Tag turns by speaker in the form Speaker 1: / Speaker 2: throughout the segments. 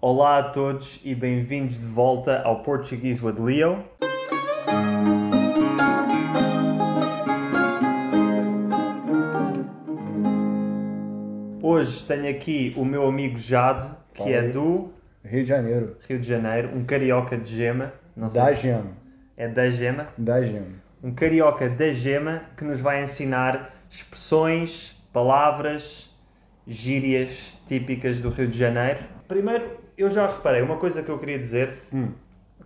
Speaker 1: Olá a todos e bem-vindos de volta ao Português with Leo. Hoje tenho aqui o meu amigo Jade, que
Speaker 2: Fala
Speaker 1: é
Speaker 2: aí.
Speaker 1: do
Speaker 2: Rio de Janeiro.
Speaker 1: Rio de Janeiro, um carioca de gema. Não sei
Speaker 2: Da
Speaker 1: se
Speaker 2: Gema.
Speaker 1: É da gema.
Speaker 2: Da Gema.
Speaker 1: Um carioca da gema que nos vai ensinar expressões, palavras, gírias típicas do Rio de Janeiro. Primeiro, eu já reparei, uma coisa que eu queria dizer,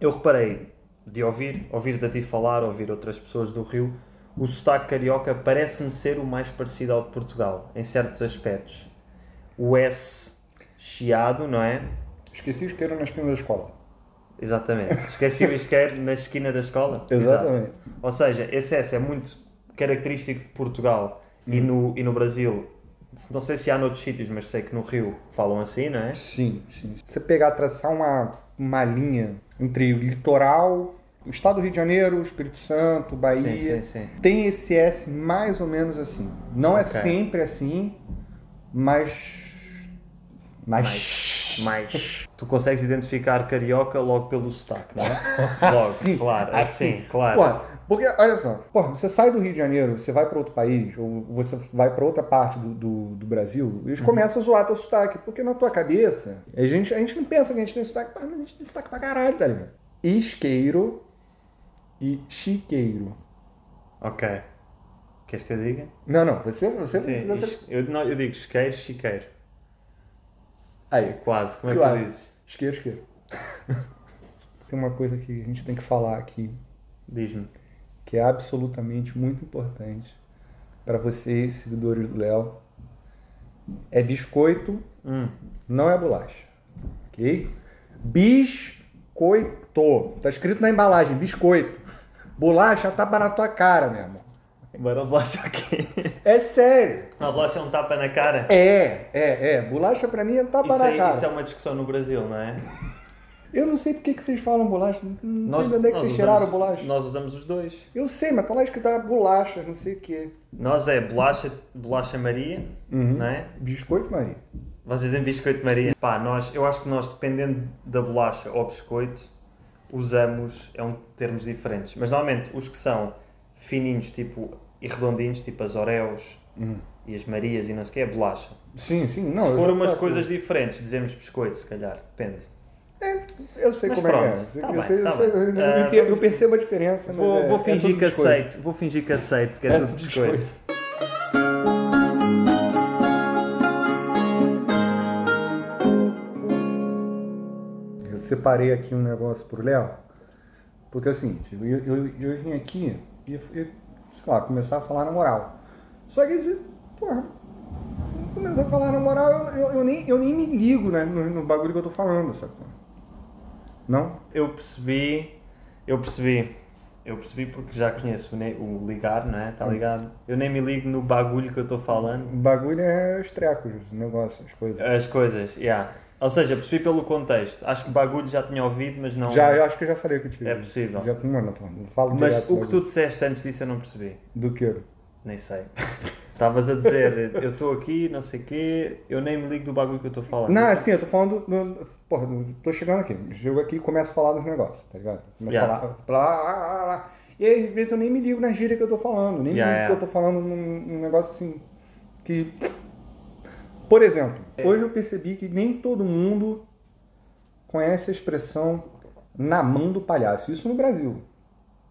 Speaker 1: eu reparei de ouvir, ouvir de ti falar, ouvir outras pessoas do Rio, o sotaque carioca parece-me ser o mais parecido ao de Portugal, em certos aspectos. O S chiado, não é?
Speaker 2: Esqueci o isqueiro na esquina da escola.
Speaker 1: Exatamente. Esqueci o isqueiro na esquina da escola.
Speaker 2: Exatamente.
Speaker 1: Exato. Ou seja, esse S é muito característico de Portugal e,
Speaker 2: Hum.
Speaker 1: no, e no Brasil. Não sei se há noutros sítios, mas sei que no Rio falam assim, não é?
Speaker 2: Sim, sim. Se você pegar, traçar uma, uma linha entre o litoral, o estado do Rio de Janeiro, o Espírito Santo, Bahia,
Speaker 1: Sim, sim, sim.
Speaker 2: tem esse S mais ou menos assim. Não é
Speaker 1: Ok.
Speaker 2: sempre assim, mas... Mas...
Speaker 1: Mas tu consegues identificar carioca logo pelo sotaque, não é? Logo,
Speaker 2: Assim,
Speaker 1: claro. Assim, claro.
Speaker 2: Porra, porque, olha só, porra, você sai do Rio de Janeiro, você vai para outro país, ou você vai para outra parte do, do, do Brasil, eles
Speaker 1: Uhum.
Speaker 2: começam a zoar teu sotaque, porque na tua cabeça, a gente, a gente não pensa que a gente tem sotaque, mas a gente tem sotaque pra caralho, tá ligado? Isqueiro e chiqueiro.
Speaker 1: Ok. Queres que eu diga?
Speaker 2: Não, não, você, você,
Speaker 1: Sim.
Speaker 2: você-
Speaker 1: is- Eu, não, eu digo isqueiro, chiqueiro.
Speaker 2: Aí,
Speaker 1: Quase. Como é que
Speaker 2: Quase.
Speaker 1: tu dizes?
Speaker 2: isqueiro, isqueiro. tem uma coisa que a gente tem que falar aqui,
Speaker 1: Diz-me.
Speaker 2: que é absolutamente muito importante para vocês, seguidores do Léo, é biscoito,
Speaker 1: Hum.
Speaker 2: não é bolacha. Ok? Biscoito. Tá escrito na embalagem, biscoito. Bolacha tapa na tua cara, meu amor.
Speaker 1: Bora a bolacha aqui.
Speaker 2: É sério.
Speaker 1: A bolacha é um tapa na cara?
Speaker 2: É, é, é. Bolacha pra mim é tapa
Speaker 1: Isso,
Speaker 2: na
Speaker 1: aí-
Speaker 2: cara.
Speaker 1: isso é uma discussão no Brasil, não é?
Speaker 2: Eu não sei por que que vocês falam bolacha. Não não sei de onde é que vocês tiraram
Speaker 1: Então, usamos,
Speaker 2: bolacha.
Speaker 1: Nós usamos os dois.
Speaker 2: Eu sei, mas tá lá escrito ah, bolacha, não sei o quê.
Speaker 1: Nós é bolacha, bolacha Maria,
Speaker 2: Uhum.
Speaker 1: não é?
Speaker 2: Biscoito, Maria.
Speaker 1: Vocês dizem biscoito Maria. Pá, nós, eu acho que nós, dependendo da bolacha ou biscoito, usamos é um, termos diferentes. Mas normalmente os que são fininhos tipo, e redondinhos, tipo as Oreos e as Marias e não sei o que, é bolacha.
Speaker 2: Sim, sim. Uhum. Não,
Speaker 1: Se
Speaker 2: eu
Speaker 1: for
Speaker 2: já
Speaker 1: umas
Speaker 2: saco.
Speaker 1: coisas diferentes, dizemos biscoito, se calhar, depende.
Speaker 2: Eu sei
Speaker 1: Mas
Speaker 2: como é
Speaker 1: pronto,
Speaker 2: que é. Você-
Speaker 1: tá
Speaker 2: você-
Speaker 1: bem,
Speaker 2: você-
Speaker 1: tá
Speaker 2: eu-
Speaker 1: bem.
Speaker 2: eu-
Speaker 1: Ah,
Speaker 2: eu entendo- eu
Speaker 1: vamos-
Speaker 2: percebo a diferença. mas
Speaker 1: Vou,
Speaker 2: é-
Speaker 1: vou
Speaker 2: é
Speaker 1: fingir
Speaker 2: tudo
Speaker 1: que
Speaker 2: biscoito.
Speaker 1: aceito, vou fingir que aceito, que é,
Speaker 2: É
Speaker 1: tudo
Speaker 2: tudo biscoito.
Speaker 1: biscoito.
Speaker 2: Eu separei aqui um negócio pro Léo, porque é o seguinte, eu, eu, eu vim aqui e, e, sei lá, começar a falar na moral. Só que esse, porra, começar a falar na moral, eu, eu, eu nem, eu nem me ligo né, no, no bagulho que eu tô falando, sacou? Não?
Speaker 1: Eu percebi, eu percebi, eu percebi porque já conheço o ne- o ligar, não é?
Speaker 2: Hum.
Speaker 1: Está ligado? Eu nem me ligo no bagulho que eu estou falando.
Speaker 2: O bagulho é os trecos, os negócios, as coisas.
Speaker 1: As coisas, yeah. Ou seja, percebi pelo contexto. Acho que bagulho já tinha ouvido, mas não.
Speaker 2: Já, eu acho que eu já falei contigo.
Speaker 1: É possível.
Speaker 2: Já, não, não, não falo
Speaker 1: mas
Speaker 2: direto
Speaker 1: o que tu
Speaker 2: bagulho.
Speaker 1: disseste antes disso eu não percebi.
Speaker 2: Do que?
Speaker 1: Nem sei. Estavas a dizer, eu estou aqui, não sei o quê, eu nem me ligo do bagulho que eu estou falando.
Speaker 2: Não, assim, eu tô falando. do- do- porra, do- tô chegando aqui. Chego aqui e começo a falar dos negócios, tá ligado? Começo
Speaker 1: Yeah.
Speaker 2: a falar. blá, blá, blá, blá. E aí, às vezes, eu nem me ligo na gíria que eu tô falando. Nem me
Speaker 1: Yeah,
Speaker 2: ligo
Speaker 1: yeah.
Speaker 2: que eu tô falando num, num negócio assim. Que. Por exemplo,
Speaker 1: É.
Speaker 2: hoje eu percebi que nem todo mundo conhece a expressão na mão do palhaço. Isso no Brasil.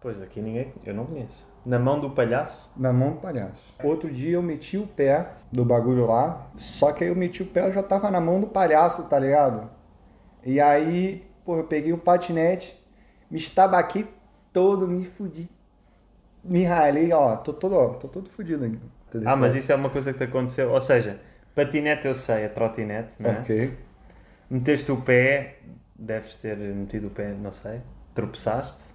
Speaker 1: Pois aqui ninguém. Eu não conheço. Na mão do palhaço?
Speaker 2: Na mão do palhaço. Outro dia eu meti o pé do bagulho lá, só que aí eu meti o pé, eu já tava na mão do palhaço, tá ligado? E aí, porra, eu peguei o patinete, me estabaquei todo, me fudi. Me ralei, ó, tô todo, ó, tô todo fudido tá ainda. entendeu?
Speaker 1: Ah, mas isso é uma coisa que te aconteceu. Ou seja, patinete eu sei, é trotinete, não é?
Speaker 2: Ok.
Speaker 1: Meteste o pé, deves ter metido o pé, não sei, tropeçaste.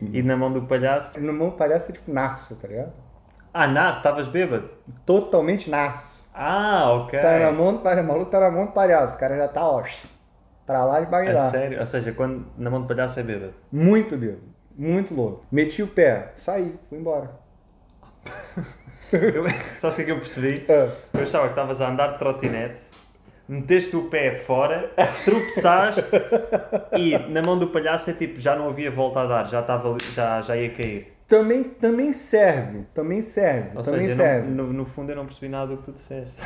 Speaker 2: Uhum.
Speaker 1: E na mão do palhaço.
Speaker 2: Na mão do palhaço é tipo narço, tá ligado?
Speaker 1: Ah, Nar, estavas bêbado?
Speaker 2: Totalmente narço.
Speaker 1: Ah, ok.
Speaker 2: Tá na mão do palhaço, maluco tá na mão do palhaço, o cara já tá, ó, pra lá de
Speaker 1: A
Speaker 2: Bagdá.
Speaker 1: É sério? Ou seja, quando na mão do palhaço é bêbado.
Speaker 2: Muito bêbado. Muito louco. Meti o pé, saí, fui embora.
Speaker 1: Eu, só sei que eu percebi.
Speaker 2: Ah. É.
Speaker 1: Eu achava que estavas a andar de trotinete, meteste o pé fora, tropeçaste e na mão do palhaço é tipo, já não havia volta a dar, já, estava, já, já ia cair.
Speaker 2: Também, também serve, também serve,
Speaker 1: Ou
Speaker 2: também
Speaker 1: seja, eu
Speaker 2: serve.
Speaker 1: não- no, no fundo eu não percebi nada do que tu disseste.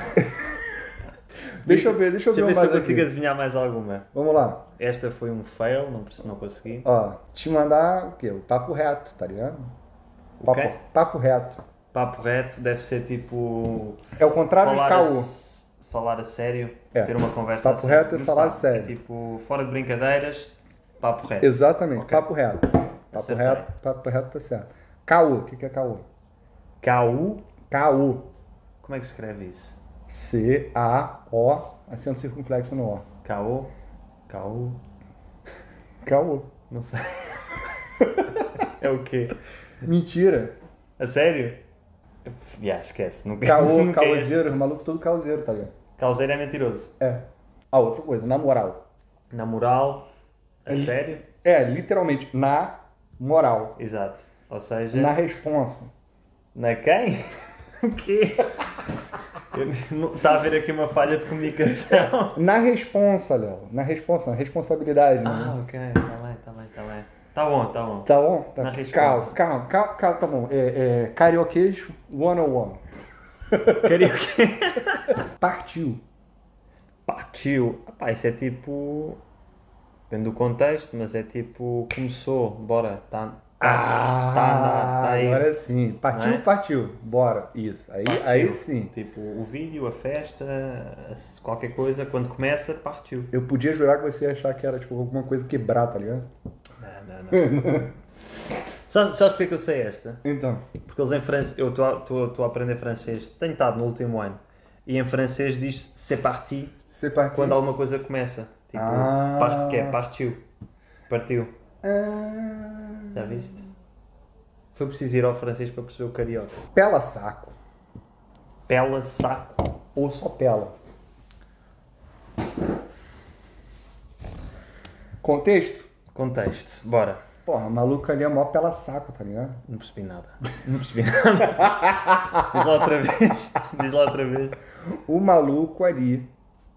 Speaker 2: Deixa eu ver, deixa eu ver
Speaker 1: ver se eu
Speaker 2: mais
Speaker 1: consigo
Speaker 2: aqui.
Speaker 1: adivinhar mais alguma.
Speaker 2: Vamos lá.
Speaker 1: Esta foi um fail, não, perce- não consegui.
Speaker 2: Ó, te mandar o quê? O papo reto, tá ligado? Papo,
Speaker 1: quê?
Speaker 2: papo reto.
Speaker 1: Papo reto deve ser tipo.
Speaker 2: É o contrário
Speaker 1: falar,
Speaker 2: de
Speaker 1: a,
Speaker 2: caô.
Speaker 1: s- falar a sério,
Speaker 2: É.
Speaker 1: ter uma conversa
Speaker 2: Papo
Speaker 1: assim.
Speaker 2: reto é
Speaker 1: Mas
Speaker 2: falar
Speaker 1: pá,
Speaker 2: a sério.
Speaker 1: É tipo, fora de brincadeiras, papo reto.
Speaker 2: Exatamente,
Speaker 1: Ok.
Speaker 2: papo reto. Papo
Speaker 1: Acertei.
Speaker 2: reto, papo reto tá certo. Caô, o que, que é caô?
Speaker 1: Caú,
Speaker 2: Caô.
Speaker 1: como é que se escreve isso?
Speaker 2: C-A-O, acento circunflexo no O.
Speaker 1: Caô? Caú?
Speaker 2: Caô.
Speaker 1: Não sei. é o quê?
Speaker 2: Mentira.
Speaker 1: A sério? Já, esquece. Nunca,
Speaker 2: Caô,
Speaker 1: nunca ia-
Speaker 2: caoseiro, os malucos todo caoseiro, tá ligado?
Speaker 1: Causeiro é mentiroso.
Speaker 2: É. A outra coisa, na moral.
Speaker 1: Na moral, a sério?
Speaker 2: É, literalmente, na moral.
Speaker 1: Exato. Ou seja,
Speaker 2: Na
Speaker 1: na,
Speaker 2: responsa.
Speaker 1: quem? o quê? Eu não- Está a haver aqui uma falha de comunicação.
Speaker 2: Na responsa, Léo. Na responsa, na responsabilidade. né?
Speaker 1: Ah, ok. Tá bem, tá bem, tá bem. Tá bom, tá bom.
Speaker 2: Tá bom? Tá.
Speaker 1: Na responsa.
Speaker 2: Calma, calma, calma, calma, tá bom. É, oh é, carioquês 101.
Speaker 1: Karaokê.
Speaker 2: Partiu.
Speaker 1: Partiu. Rapaz, isso é tipo... Depende do contexto, mas é tipo... Começou, bora. Tá, tá, tá, a andar, tá aí.
Speaker 2: Ah, agora sim. Partiu,
Speaker 1: Não é?
Speaker 2: partiu. Bora. Isso. Aí,
Speaker 1: Partiu.
Speaker 2: aí sim.
Speaker 1: Tipo, o vídeo, a festa, a- qualquer coisa, quando começa, partiu.
Speaker 2: Eu podia jurar que você ia achar que era tipo alguma coisa quebrar, tá ligado?
Speaker 1: Não, não, não. Sabes sabes porque é que eu sei esta?
Speaker 2: Então.
Speaker 1: Porque eles em francês, eu estou a aprender francês, tenho estado no último ano, e em francês diz c'est parti
Speaker 2: Você partiu.
Speaker 1: quando alguma coisa começa. Tipo,
Speaker 2: Ah.
Speaker 1: parte que é, partiu. Partiu.
Speaker 2: Ah,
Speaker 1: Já viste? Foi preciso ir ao francês para perceber o carioca.
Speaker 2: Pela saco.
Speaker 1: Pela saco.
Speaker 2: Ou só pela. Contexto?
Speaker 1: Contexto. Bora.
Speaker 2: Porra, maluco ali é mó pela saco, tá ligado?
Speaker 1: Não percebi nada. Não percebi nada. Diz lá outra vez. Diz lá outra vez.
Speaker 2: O maluco ali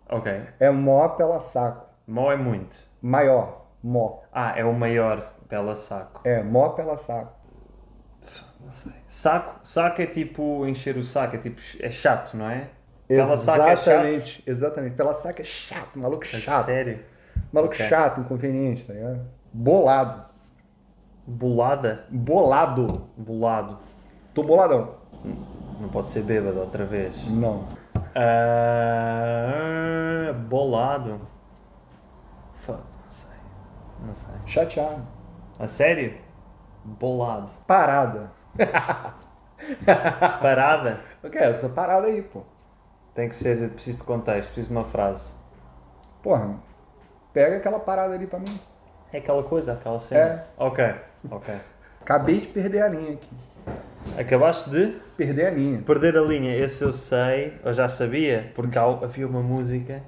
Speaker 1: Ok.
Speaker 2: é mó pela saco.
Speaker 1: Mó é muito.
Speaker 2: Maior. Mó.
Speaker 1: Ah, é o maior. Pela saco.
Speaker 2: É, mó pela saco.
Speaker 1: Não sei. Saco, saco é tipo encher o saco, é tipo é chato, não é? Pela saco é chato.
Speaker 2: Exatamente, exatamente. Pela saco é chato, maluco
Speaker 1: É
Speaker 2: chato.
Speaker 1: sério.
Speaker 2: Maluco
Speaker 1: Ok.
Speaker 2: chato, inconveniente, tá ligado? Bolado.
Speaker 1: Bolada,
Speaker 2: Bolado.
Speaker 1: bolado.
Speaker 2: Tô boladão.
Speaker 1: Não pode ser bêbado outra vez.
Speaker 2: Não.
Speaker 1: Ah, bolado. Fuck, não sei. Não sei.
Speaker 2: Chateado.
Speaker 1: A sério? Bolado.
Speaker 2: Parada.
Speaker 1: Parada.
Speaker 2: Eu quero essa parada aí, pô.
Speaker 1: Tem que ser, preciso de contexto, preciso de uma frase.
Speaker 2: Porra, pega aquela parada ali pra mim.
Speaker 1: É aquela coisa, aquela cena.
Speaker 2: É.
Speaker 1: Ok, ok.
Speaker 2: Acabei de perder a linha aqui.
Speaker 1: Acabaste de
Speaker 2: Perder a linha.
Speaker 1: perder a linha. Esse eu sei, eu já sabia, porque há- havia uma música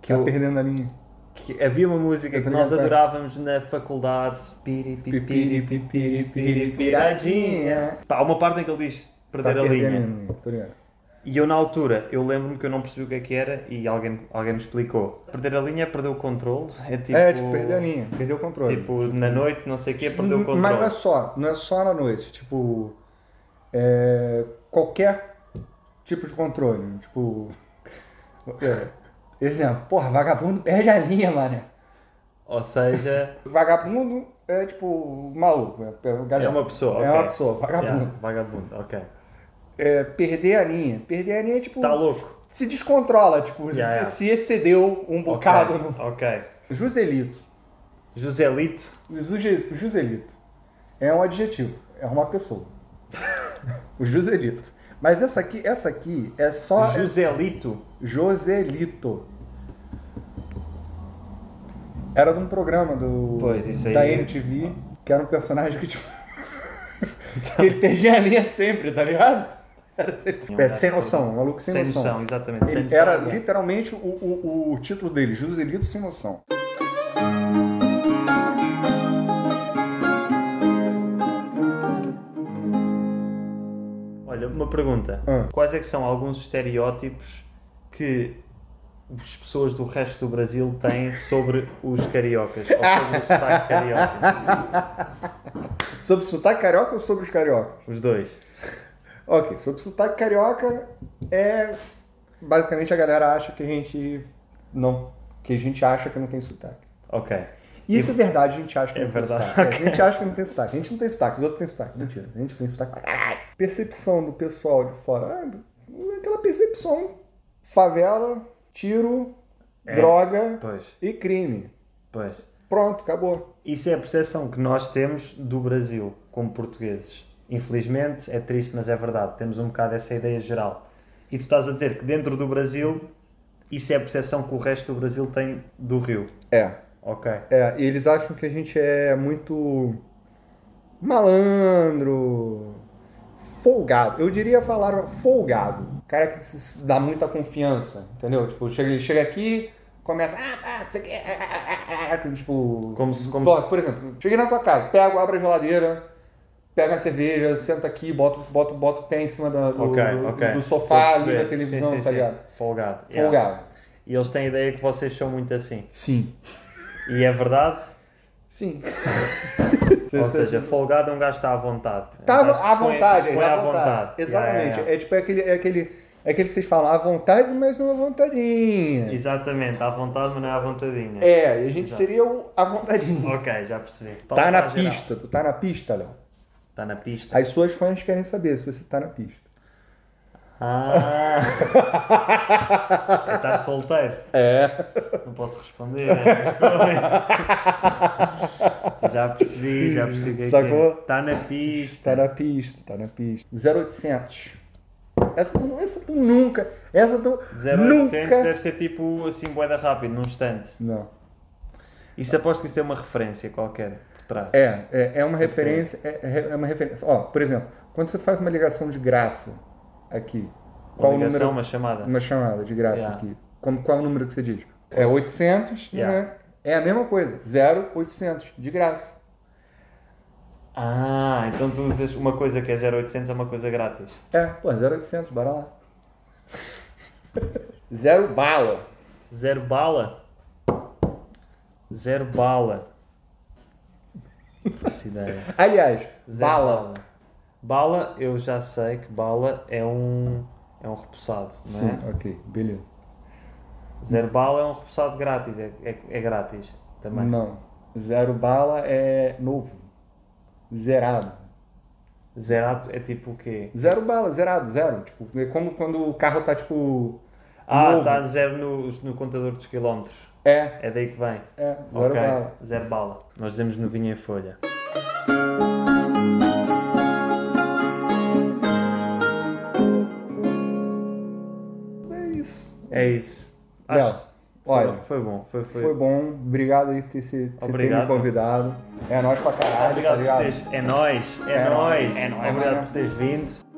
Speaker 1: que
Speaker 2: tá
Speaker 1: eu.
Speaker 2: perdendo a linha.
Speaker 1: que- havia uma música
Speaker 2: Eu
Speaker 1: que
Speaker 2: também
Speaker 1: nós
Speaker 2: sei.
Speaker 1: adorávamos na faculdade. Piri, pi, piri, pi, piri, piri, piradinha. Pá, há uma parte em que ele diz
Speaker 2: Tá
Speaker 1: perder a
Speaker 2: perdendo
Speaker 1: linha.
Speaker 2: a linha, tô ligado.
Speaker 1: E eu, na altura, eu lembro-me que eu não percebi o que é que era e alguém, alguém me explicou. Perder a linha é perder o controle. É tipo.
Speaker 2: É, tipo, perder a linha, perder o controle.
Speaker 1: Tipo, na noite, não sei o quê, perder o
Speaker 2: N- Mas não é
Speaker 1: controle.
Speaker 2: só, não é só na noite. Tipo, é, qualquer tipo de controle. Tipo, é, exemplo, porra, vagabundo perde a linha, mané.
Speaker 1: Ou seja,
Speaker 2: Vagabundo é tipo maluco. É,
Speaker 1: é uma pessoa.
Speaker 2: É
Speaker 1: ok. É.
Speaker 2: uma pessoa, vagabundo.
Speaker 1: Yeah, vagabundo, ok.
Speaker 2: é, perder a linha. Perder a linha é tipo.
Speaker 1: Tá louco.
Speaker 2: Se, se descontrola, tipo,
Speaker 1: Yeah,
Speaker 2: se,
Speaker 1: yeah.
Speaker 2: se excedeu um bocado. no-
Speaker 1: Ok.
Speaker 2: Joselito.
Speaker 1: Joselito.
Speaker 2: Juse- Joselito. É um adjetivo, é uma pessoa. o Joselito. Mas essa aqui, essa aqui é só.
Speaker 1: Joselito.
Speaker 2: Joselito. Era de um programa do.
Speaker 1: Pois, isso
Speaker 2: Da
Speaker 1: aí-
Speaker 2: MTV, que era um personagem que, tipo. que ele perdia a linha sempre, tá ligado? Era sempre... É, sem noção, um maluco sem,
Speaker 1: Sem noção, exatamente. sem
Speaker 2: Ele
Speaker 1: noção, né?
Speaker 2: era
Speaker 1: yeah.
Speaker 2: literalmente o, o- o título dele, Joselito Sem Noção.
Speaker 1: Olha, uma pergunta.
Speaker 2: Hum. Ah.
Speaker 1: Quais é que são alguns estereótipos que as pessoas do resto do Brasil têm sobre os cariocas, ou sobre o sotaque carioca.
Speaker 2: Sobre sotaque carioca ou sobre os cariocas?
Speaker 1: Os dois.
Speaker 2: Ok, sobre sotaque carioca é. Basicamente a galera acha que a gente. Não. Que a gente acha que não tem sotaque.
Speaker 1: Ok.
Speaker 2: E isso é verdade, a gente acha que
Speaker 1: É
Speaker 2: não
Speaker 1: verdade.
Speaker 2: tem sotaque. É, a gente acha que não tem sotaque. A gente não tem sotaque, os outros têm sotaque. Mentira, a gente tem sotaque pra caralho. Percepção do pessoal de fora. Ah, aquela percepção. Favela, tiro,
Speaker 1: É.
Speaker 2: droga
Speaker 1: Pois,
Speaker 2: e crime.
Speaker 1: pois.
Speaker 2: Pronto, acabou.
Speaker 1: Isso é a percepção que nós temos do Brasil como portugueses. Infelizmente, é triste, mas é verdade. Temos um bocado essa ideia geral. E tu estás a dizer que dentro do Brasil, isso é a percepção que o resto do Brasil tem do Rio.
Speaker 2: É.
Speaker 1: Ok.
Speaker 2: É, e eles acham que a gente é muito malandro, folgado. Eu diria falar folgado. Cara que se dá muita confiança, entendeu? Tipo, chega, ele chega aqui, começa. Ah, ah, isso aqui, ah, ah, ah, ah", tipo.
Speaker 1: Como se- como
Speaker 2: Pô, Por exemplo, cheguei na tua casa, pego, abro a geladeira, pego a cerveja, senta aqui, boto, boto, boto o pé em cima da- do,
Speaker 1: Ok,
Speaker 2: do-
Speaker 1: ok.
Speaker 2: do
Speaker 1: Estou a
Speaker 2: sofá,
Speaker 1: perceber.
Speaker 2: liga a televisão,
Speaker 1: Sim, sim,
Speaker 2: tá
Speaker 1: sim.
Speaker 2: ligado?
Speaker 1: Folgado. yeah.
Speaker 2: Folgado.
Speaker 1: E eles têm a ideia que vocês são muito assim.
Speaker 2: Sim.
Speaker 1: E é verdade?
Speaker 2: Sim.
Speaker 1: Ou seja, folgado é um gajo que está à vontade.
Speaker 2: Tava
Speaker 1: Mas
Speaker 2: Tá à
Speaker 1: põe-
Speaker 2: vontade,
Speaker 1: põe
Speaker 2: é, à vontade. Exatamente.
Speaker 1: Yeah, yeah, yeah.
Speaker 2: É tipo é aquele, é aquele. É aquele que vocês falam, à vontade, mas não à vontadinha.
Speaker 1: Exatamente, à vontade, mas não é à vontadinha.
Speaker 2: É, e a gente
Speaker 1: Exato.
Speaker 2: seria o à vontadinha.
Speaker 1: Ok, já percebi. Fala
Speaker 2: Tá
Speaker 1: para
Speaker 2: na
Speaker 1: a geral.
Speaker 2: pista, tu tá na pista, Léo.
Speaker 1: Está na pista.
Speaker 2: As suas fãs querem saber se você tá na pista.
Speaker 1: Ah! Está solteiro? É. Não posso responder. já percebi, já percebi. é
Speaker 2: Sacou?
Speaker 1: Está na pista.
Speaker 2: Tá na pista, tá na pista. 0800. Essa tu, essa tu nunca. Essa tu
Speaker 1: 0800
Speaker 2: nunca.
Speaker 1: deve ser tipo assim, boeda rápido, num instante.
Speaker 2: Não.
Speaker 1: Isso aposto que isso é uma referência qualquer por trás.
Speaker 2: É, é, é uma
Speaker 1: Certeza.
Speaker 2: referência. É, é uma referência. Ó, por exemplo, quando você faz uma ligação de graça aqui, qual
Speaker 1: uma ligação,
Speaker 2: o número?
Speaker 1: uma chamada.
Speaker 2: Uma chamada de graça
Speaker 1: Tá. Yeah.
Speaker 2: aqui. Como, qual o número que você diz? É 800,
Speaker 1: Yeah.
Speaker 2: né? É a mesma coisa. 0800, de graça.
Speaker 1: Ah, então tu usas uma coisa que é 0800 é uma coisa grátis.
Speaker 2: É, pô, 0800, bora lá. Zero bala.
Speaker 1: Zero bala? Zero bala. Não faço ideia.
Speaker 2: Aliás,
Speaker 1: Zero Né?
Speaker 2: bala.
Speaker 1: Bala, eu já sei que bala é um, é um repousado, não
Speaker 2: Sim,
Speaker 1: é?
Speaker 2: ok, beleza.
Speaker 1: Zero bala é um repousado grátis, é, é, é grátis também.
Speaker 2: Não, zero bala é novo. Zerado.
Speaker 1: Zerado é tipo o quê?
Speaker 2: Zero bala, zerado, zero. Tipo, é como quando o carro tá tipo.
Speaker 1: Ah,
Speaker 2: novo.
Speaker 1: está zero no, no contador dos quilómetros.
Speaker 2: É,
Speaker 1: É daí que vem.
Speaker 2: é, zero
Speaker 1: ok,
Speaker 2: bala.
Speaker 1: zero bala. Nós dizemos no vinho em folha.
Speaker 2: É isso.
Speaker 1: É isso.
Speaker 2: Léo,
Speaker 1: Acho que foi,
Speaker 2: olha,
Speaker 1: foi bom, foi, foi.
Speaker 2: Foi bom, obrigado aí por ter, se- você ter
Speaker 1: Obrigado.
Speaker 2: me convidado. É nóis pra caralho,
Speaker 1: Obrigado
Speaker 2: tá
Speaker 1: por
Speaker 2: ligado?
Speaker 1: teres. É nóis, é,
Speaker 2: É
Speaker 1: nóis.
Speaker 2: nóis, é nóis.
Speaker 1: Obrigado por teres vindo.